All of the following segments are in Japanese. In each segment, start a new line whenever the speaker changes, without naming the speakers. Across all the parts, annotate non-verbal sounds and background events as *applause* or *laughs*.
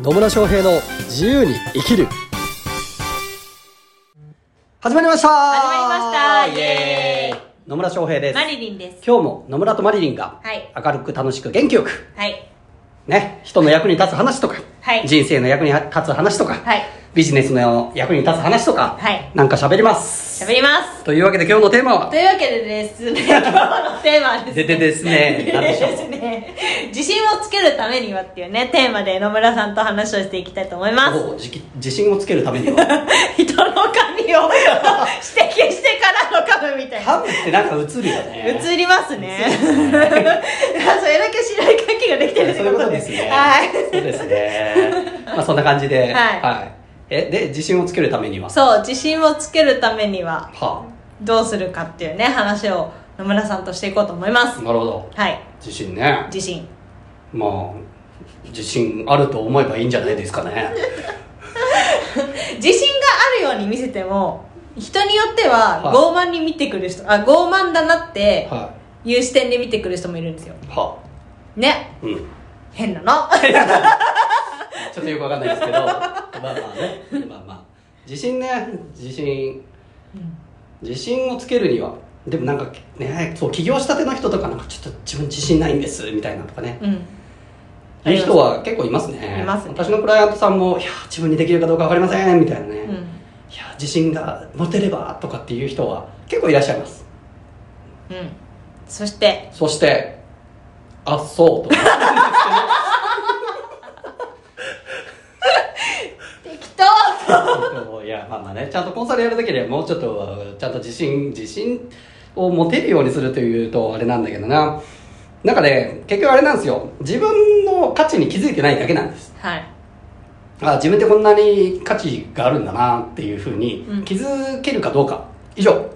野村翔平の自由に生きる始まりました
始まりましたイエーイ
野村翔平です
マリリンです。
今日も野村とマリリンが
はい
明るく楽しく元気よく
はい。
ね人の役に立つ話とか、
はい
人生の役に立つ話とか、
はい。
ビジネスの役に立つ話とか、
はい
なんか喋ります
喋ります。
というわけで今日のテーマは
というわけでですね、今日のテーマはです
で
ね。
でですね何でしょう
ですね。 *laughs* 自信をつけるためにはっていうね、テーマで野村さんと話をしていきたいと思います。
おうじき自信をつけるために
*laughs*
は
人の髪を指摘してからの髪みたい
ハ
な。
ブってなんか映るよね
映りますね。
映
*laughs* それだけ信頼関係ができてるって
そういう
こ
ことと
で
ですね。
はい。
そうですね。まあそんな感じで、
はい
えで自信をつけるためには、は
そう、自信をつけるためには
あ、
どうするかっていうね、話を野村さんとしていこうと思います。
なるほど。
はい。
自信ね。
自信。
まあ自信あると思えばいいんじゃないですかね。
*laughs* 自信があるように見せても人によっては
はい
傲慢に見てくる人、あ傲慢だなって
は
いう視点で見てくる人もいるんですよ
い。は
ね
あ、うん。
変
*laughs*
なの
ちょっとよくわかんないです
*laughs*
けど、まあまあね、まあまあ自信ね、自信
うん。
自信をつけるには、でもなんかね、そう起業したての人とかなんかちょっと自分自信ないんですみたいなとかね。
うん
いう人は結構いますね
いますね
私のクライアントさんも「いや自分にできるかどうか分かりません」みたいなね、
う
いや
ん
自信が持てれば」とかっていう人は結構いらっしゃいます
うんそして
そして「あそう」と
適当
*laughs* いやまあまあねちゃんとコンサルやるだけでもうちょっとちゃんと自信自信を持てるようにするというとあれなんだけどななんかね結局あれなんですよ自分の価値に気づいてないだけなんです
はい
あ自分ってこんなに価値があるんだなっていうふうに
うん
気づけるかどうか、以上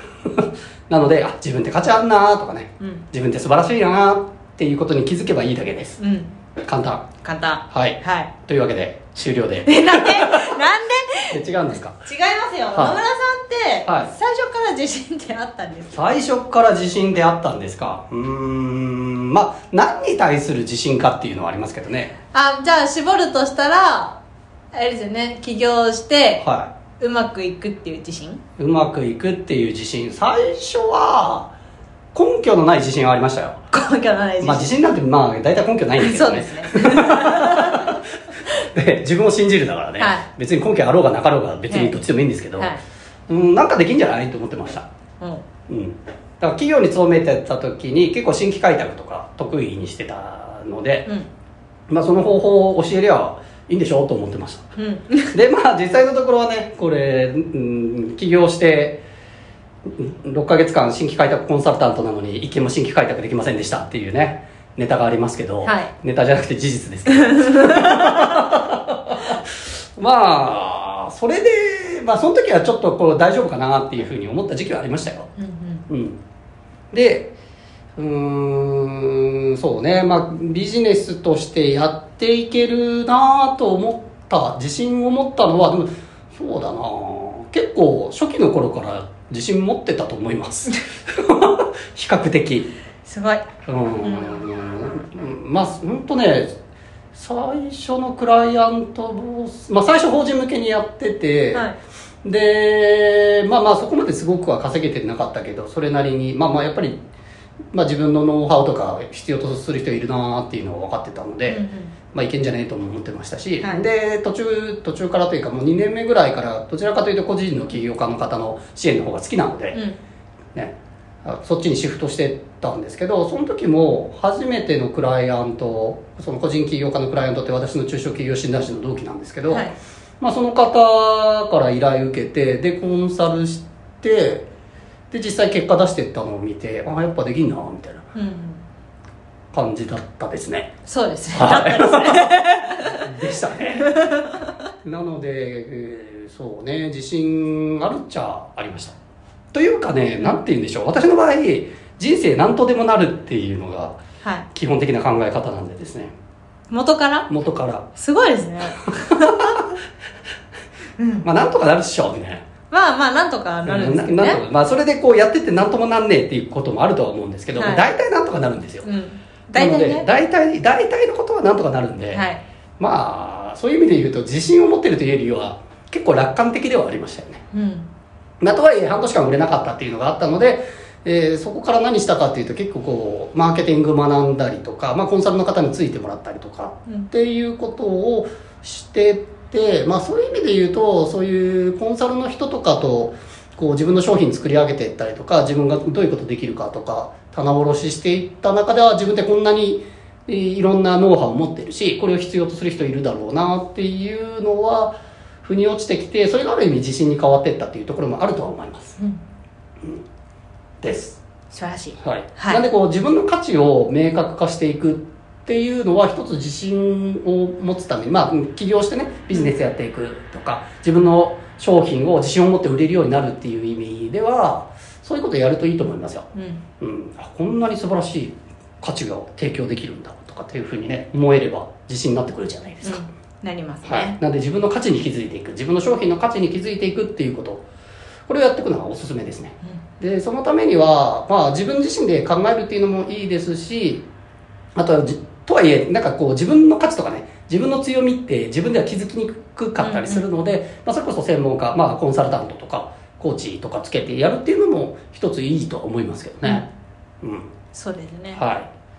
*laughs* なのであ自分って価値あるなとかね
うん
自分って素晴らしいなっていうことに気づけばいいだけです
うん
簡単
簡単
はい
はい
というわけで終了で
えなんでなんで
え違うんですか
違いますよ、
はい
野村さんって、
はい
最初から自信ってあったんですか
最初から自信であったんですかうーんまあ何に対する自信かっていうのはありますけどね
あじゃあ絞るとしたらあれですよね起業して
は
うまくいくっていう自信
いうまくいくっていう自信最初は根拠のない自信はありましたよ
根拠のない自信、
まあ自信なんてまあ大体根拠ないんですけ
そ
ど
うで
ね
すね
*laughs* で自分を信じるだからね、
はい
別に根拠あろうがなかろうが別にどっちでもいいんですけど、
はい
うん、なんかできんじゃないと思ってました、
うん
うん、だから企業に勤めてた時に結構新規開拓とか得意にしてたので、まあ、その方法を教えりゃいいんでしょうと思ってました
うんう
*laughs*
ん
でまあ実際のところはねこれ、うん、起業してうん6ヶ月間新規開拓コンサルタントなのに一件も新規開拓できませんでしたっていうねネタがありますけど、
はい
ネタじゃなくて事実ですけど *laughs* まあそれでまあその時はちょっとこう大丈夫かなっていうふうに思った時期はありましたよ
うんうん
うん、でうーんそうね、まあ、ビジネスとしてやっていけるなぁと思った自信を持ったのはでもそうだなぁ結構初期の頃から自信持ってたと思います *laughs* 比較的
すごい
うん、うんまあ本当ね最初のクライアントをまあ、最初法人向けにやってて、
はい
でまあまあそこまですごくは稼げてなかったけどそれなりにまあまあやっぱり、まあ、自分のノウハウとか必要とする人いるなーっていうのは分かってたので、まあいけんじゃねえとも思ってましたし、
はい
で途中途中からというかもう2年目ぐらいからどちらかというと個人の起業家の方の支援の方が好きなので、
うんうん
ね、あそっちにシフトしてったんですけどその時も初めてのクライアントその個人起業家のクライアントって私の中小企業診断士の同期なんですけ
うん
ど、
はい
まあ、その方から依頼受けてでコンサルしてで実際結果出してったのを見てあやっぱできんなみたいな
うんうん
感じだったですね。
そうですね
はい
だったですね
でしたねなので、えーそうね自信あるっちゃありましたというかね何て言うんでしょう私の場合人生何とでもなるっていうのが
はい
基本的な考え方なんでですね
元から
元から
すごいで
*laughs*
すねうん
まあなんとかなるっしょみたいな
まあまあなんとかなるんですけど
ななんと
ね
かまあそれでこうやってって何ともなんねえっていうこともあるとは思うんですけど、
はい
大体なんとかなるんですよ
うん大
なの
体
で
ね
大体大体のことはなんとかなるんで、
はい
まあそういう意味で言うと自信を持ってるというよりは結構楽観的ではありましたよね
うん
だとはいえ半年間売れなかったっていうのがあったので、えーそこから何したかっていうと結構こうマーケティング学んだりとか、まあ、コンサルの方についてもらったりとか
う
っ
ん
ていうことをしてて、まあ、そういう意味で言うとそういうコンサルの人とかとこう自分の商品作り上げていったりとか自分がどういうことできるかとか棚卸ししていった中では自分ってこんなにえーいろんなノウハウを持ってるしこれを必要とする人いるだろうなっていうのは腑に落ちてきてそれがある意味自信に変わっていったっていうところもあるとは思います。
うん
です。
素晴らしい
はい
はい
なんでこう自分の価値を明確化していくっていうのは一つ自信を持つために、まあ、うん起業してねビジネスやっていくとか自分の商品を自信を持って売れるようになるっていう意味ではそういうことやるといいと思いますよ、
うん
うん、あこんなに素晴らしい価値が提供できるんだとかっていうふうにね思えれば自信になってくるじゃないですか、
うんなります
はい
ね、
なんで自分の価値に気づいていく自分の商品の価値に気づいていくっていうことこれをやっていくのがおすすめですねでそのためには、まあ、自分自身で考えるっていうのもいいですしあとはじとはいえなんかこう自分の価値とかね自分の強みって自分では気づきにくかったりするので、まあ、それこそ専門家、まあ、コンサルタントとかコーチとかつけてやるっていうのも一ついいとは思いますけどね、うん
そうですね
はい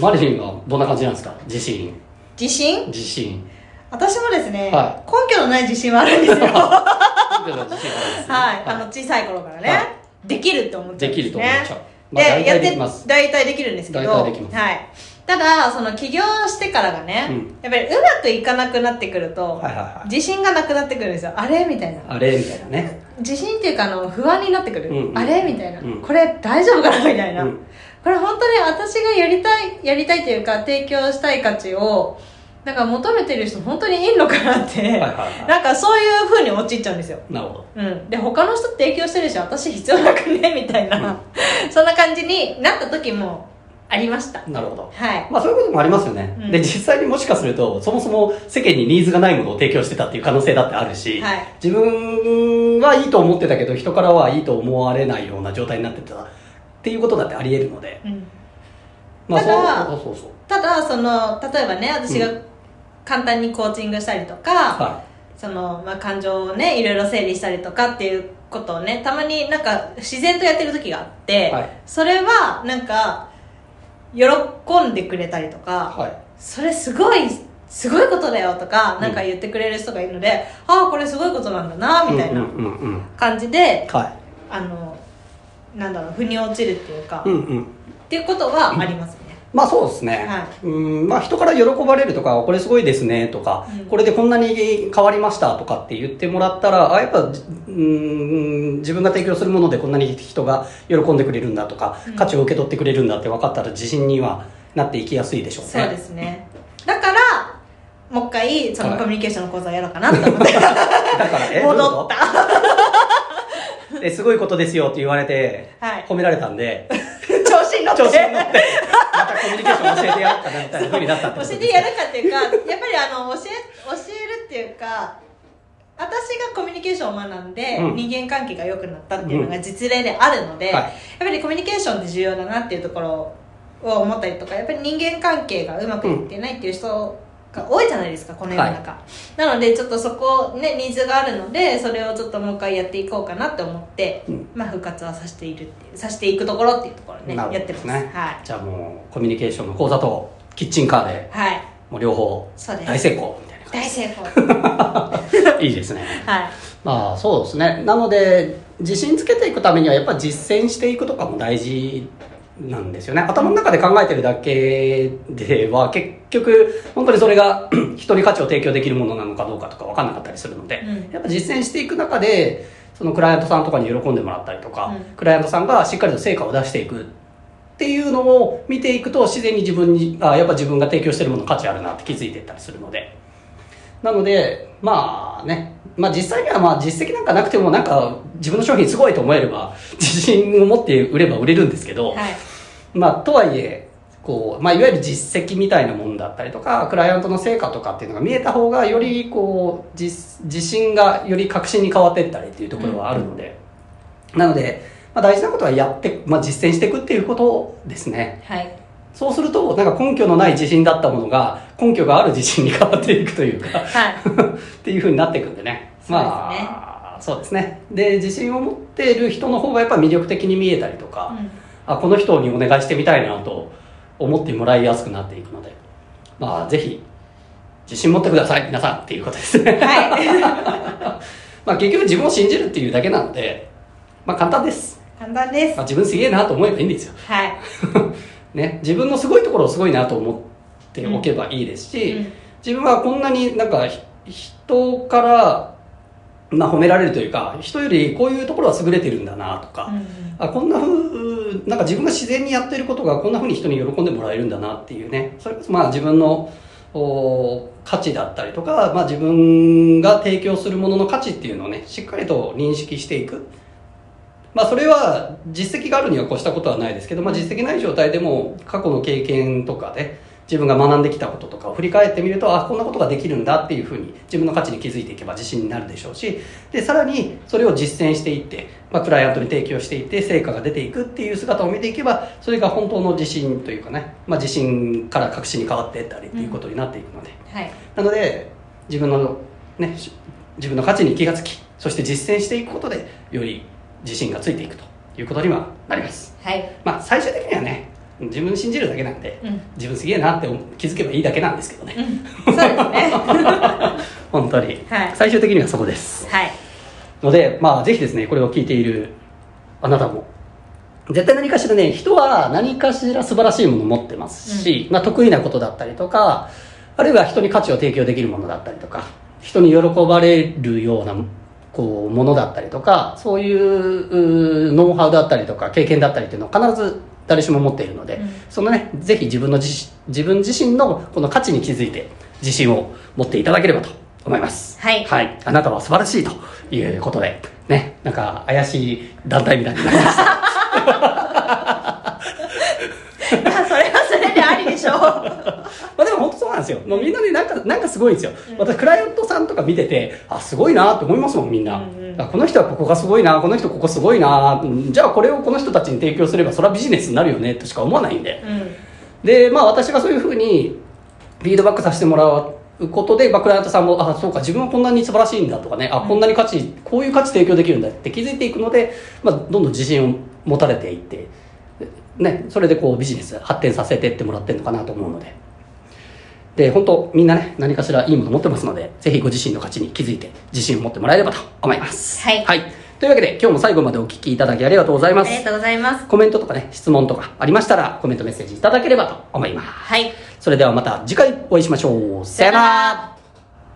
マリリンはどんな感じなんですか自信
自信
自信
私もですね、
は
根拠のない自信はあるんですよ *laughs* は
自信があるんですね
い、あの小さい頃からね、
は
できるって思っち
で
ゃうん
き
で
る
す
と
ね
思っちゃう、まあ、
で、
大
や
体
っ
で
て
きます
大体できるんですけど
大体できます
はい、ただその起業してからがね、
うん
やっぱりうまくいかなくなってくると、
はいはいはい
自信がなくなってくるんですよあれみたいな
あれみたいなね
自信っていうかあの不安になってくる、
うんうん
あれみたいな、
うん
これ大丈夫かなみたいな、
うん
これ本当に私がやりたいやりたいというか提供したい価値をなんか求めてる人本当にいいのかなって、
はいはいはい
なんかそういう風に陥っちゃうんですよ
なるほど
うん、で他の人提供してるし私必要なくねみたいな、 *laughs* そんな感じになった時もありました
なるほど
はい
まあそういうこともありますよね、
うん
で実際にもしかするとそもそも世間にニーズがないものを提供してたっていう可能性だってあるし、
はい
自分はいいと思ってたけど人からはいいと思われないような状態になってたっていうことだってありえるので、
うん、
まあ、
ただ
そうそうそうそう
ただその例えばね私が
う
簡単にコーチングしたりとか、
は
その、まあ、感情をねいろいろ整理したりとかっていうことをねたまになんか自然とやってる時があって、
はい
それはなんか喜んでくれたりと
い、
か、
はい、
それすごいすごいことだよとか
ん
なんか言ってくれる人がいるので、ああこれすごいことなんだなみたい
うん
な
うんうんうん
感じで、
は
あのなんだろう腑に落ちるっていうか、
い、う
っ
んうん
ていうことはありますね、
まあそうですね、
は
うんまあ、人から喜ばれるとかこれすごいですねとか、
うん
これでこんなに変わりましたとかって言ってもらったらあやっぱじうん自分が提供するものでこんなに人が喜んでくれるんだとか
うん
価値を受け取ってくれるんだって分かったら自信にはなっていきやすいでしょうね。
そうですねだからもう一回そ
は
の
い
コミュニケーションの講座やろうかなと
*laughs*
思って
だからえ
戻っ
ど
た
ういう *laughs* ことですごいことですよって言われて、
はい
褒められたんで
調子に乗って
調子に乗ってまたコミュニケーション教えてやろうかなみたいな風になったってこと
教え
です
てやるかっていうかやっぱりあの教え教えるっていうか私がコミュニケーションを学んで、
うん
人間関係が良くなったっていうのが実例であるので、
はい
やっぱりコミュニケーションって重要だなっていうところを思ったりとかやっぱり人間関係がうまくいってないっていう人が多いじゃないですかこの世の中、なのでちょっとそこねニーズがあるのでそれをちょっともう一回やっていこうかなって思って、
うん
まあ復活はさせているっていうさせていくところっていうところね
なるほ
や
ど
って
で
ますす
ね
は
じゃあもうコミュニケーションの講座とキッチンカーで
いはい
もう両方
そうです
大成功みたいな
大成功
*laughs* 感じいいですね
はい
まあそうですねなので自信つけていくためにはやっぱ実践していくとかも大事なんですよね頭の中で考えてるだけでは結局本当にそれが *clears throat* 人に価値を提供できるものなのかどうかとか分かんなかったりするので、
うん
やっぱ実践していく中でそのクライアントさんとかに喜んでもらったりとか、
うん
クライアントさんがしっかりと成果を出していくっていうのを見ていくと自然に自分にあやっぱ自分が提供してるもの価値あるなって気づいていったりするのでなのでまあね、まあ、実際にはまあ実績なんかなくてもなんか自分の商品すごいと思えれば *laughs* 自信を持って売れば売れるんですけど、
はい
まあとはいえこう、まあ、いわゆる実績みたいなもんだったりとかクライアントの成果とかっていうのが見えた方がよりこう自自信がより確信に変わっていったりっていうところはあるので、なので、まあ、大事なことはやって、まあ、実践していくっていうことですね。
はい
そうすると、なんか根拠のない自信だったものが、根拠がある自信に変わっていくというか、
はい。
*laughs* っていう風になっていくんでね。
そうですね
まあ、そうですね。で、自信を持っている人の方がやっぱり魅力的に見えたりとか、あこの人にお願いしてみたいなと思ってもらいやすくなっていくので、まあ、ぜひ自信持ってください皆さんっていうことですね、
は
*laughs* まあ、結局自分を信じるっていうだけなので、まあ、簡単です、
い。簡単です
ま。あ、自分すげえなと思えばいいんですよ、
はい。
*laughs* ね、自分のすごいところをすごいなと思っておけばいいですし、
うん
自分はこんなになんかひ人から、まあ、褒められるというか人よりこういうところは優れてるんだなとか、
うん
あこんなふうなんか自分が自然にやってることがこんなふうに人に喜んでもらえるんだなっていうねそれこそまあ自分のお価値だったりとか、まあ、自分が提供するものの価値っていうのをねしっかりと認識していく、まあ、それは実績があるには越したことはないですけど、まあ、実績ない状態でも過去の経験とかで自分が学んできたこととかを振り返ってみるとあこんなことができるんだっていうふうに自分の価値に気づいていけば自信になるでしょうしでさらにそれを実践していって、まあ、クライアントに提供していって成果が出ていくっていう姿を見ていけばそれが本当の自信というかね、まあ、自信から確信に変わっていったりっていうことになっていくので、
はい。
なので自分のねし自分の価値に気がつきそして実践していくことでより自信がついていくということにはなります
はい。
まあ最終的にはね自分信じるだけなんで
うん。
自分すげえなって思う気づけばいいだけなんですけどね
うんそうですね。
*laughs* 本当に、
はい
最終的にはそこです
はい。
のでまあぜひですねこれを聞いているあなたも絶対何かしらね人は何かしら素晴らしいものを持ってますし、まあ、得意なことだったりとかあるいは人に価値を提供できるものだったりとか人に喜ばれるようなこうものだったりとかそういううーノウハウだったりとか経験だったりっていうのを必ず誰しも持っているので、
うん
そのねぜひ自分の自信自分自身のこの価値に気づいて自信を持っていただければと思います
はい
はい、あなたは素晴らしいということでねなんか怪しい団体みたいになりま
*laughs*
した
まあ、 *laughs* それはそれでありでしょう。
まあでも本当そうなんですよ。もうみんなね、なんか、なんかすごいんですよ。私、クライアントさんとか見てて、あ、すごいなって思いますもん、みんな。
うんうん
あこの人はここがすごいな、この人ここすごいな、うんじゃあこれをこの人たちに提供すれば、それはビジネスになるよね、としか思わないんで。
うん。
で、まあ私がそういうふうに、フィードバックさせてもらうことで、まあクライアントさんも、あ、そうか、自分はこんなに素晴らしいんだとかね、あ、こんなに価値、こういう価値提供できるんだって気づいていくので、まあどんどん自信を持たれていって、ね、それでこうビジネス発展させてってもらってるのかなと思うので。で、本当みんなね、何かしらいいもの持ってますので、ぜひご自身の価値に気づいて自信を持ってもらえればと思います。
はい
というわけで、今日も最後までお聞きいただきありがとうござい
あ
ま
りが
す。
とうございます。
コメントとかね、質問とかありましたら、コメントメッセージいただければと思います。
はい。
それではまた次回お会いしましょう。さよなら。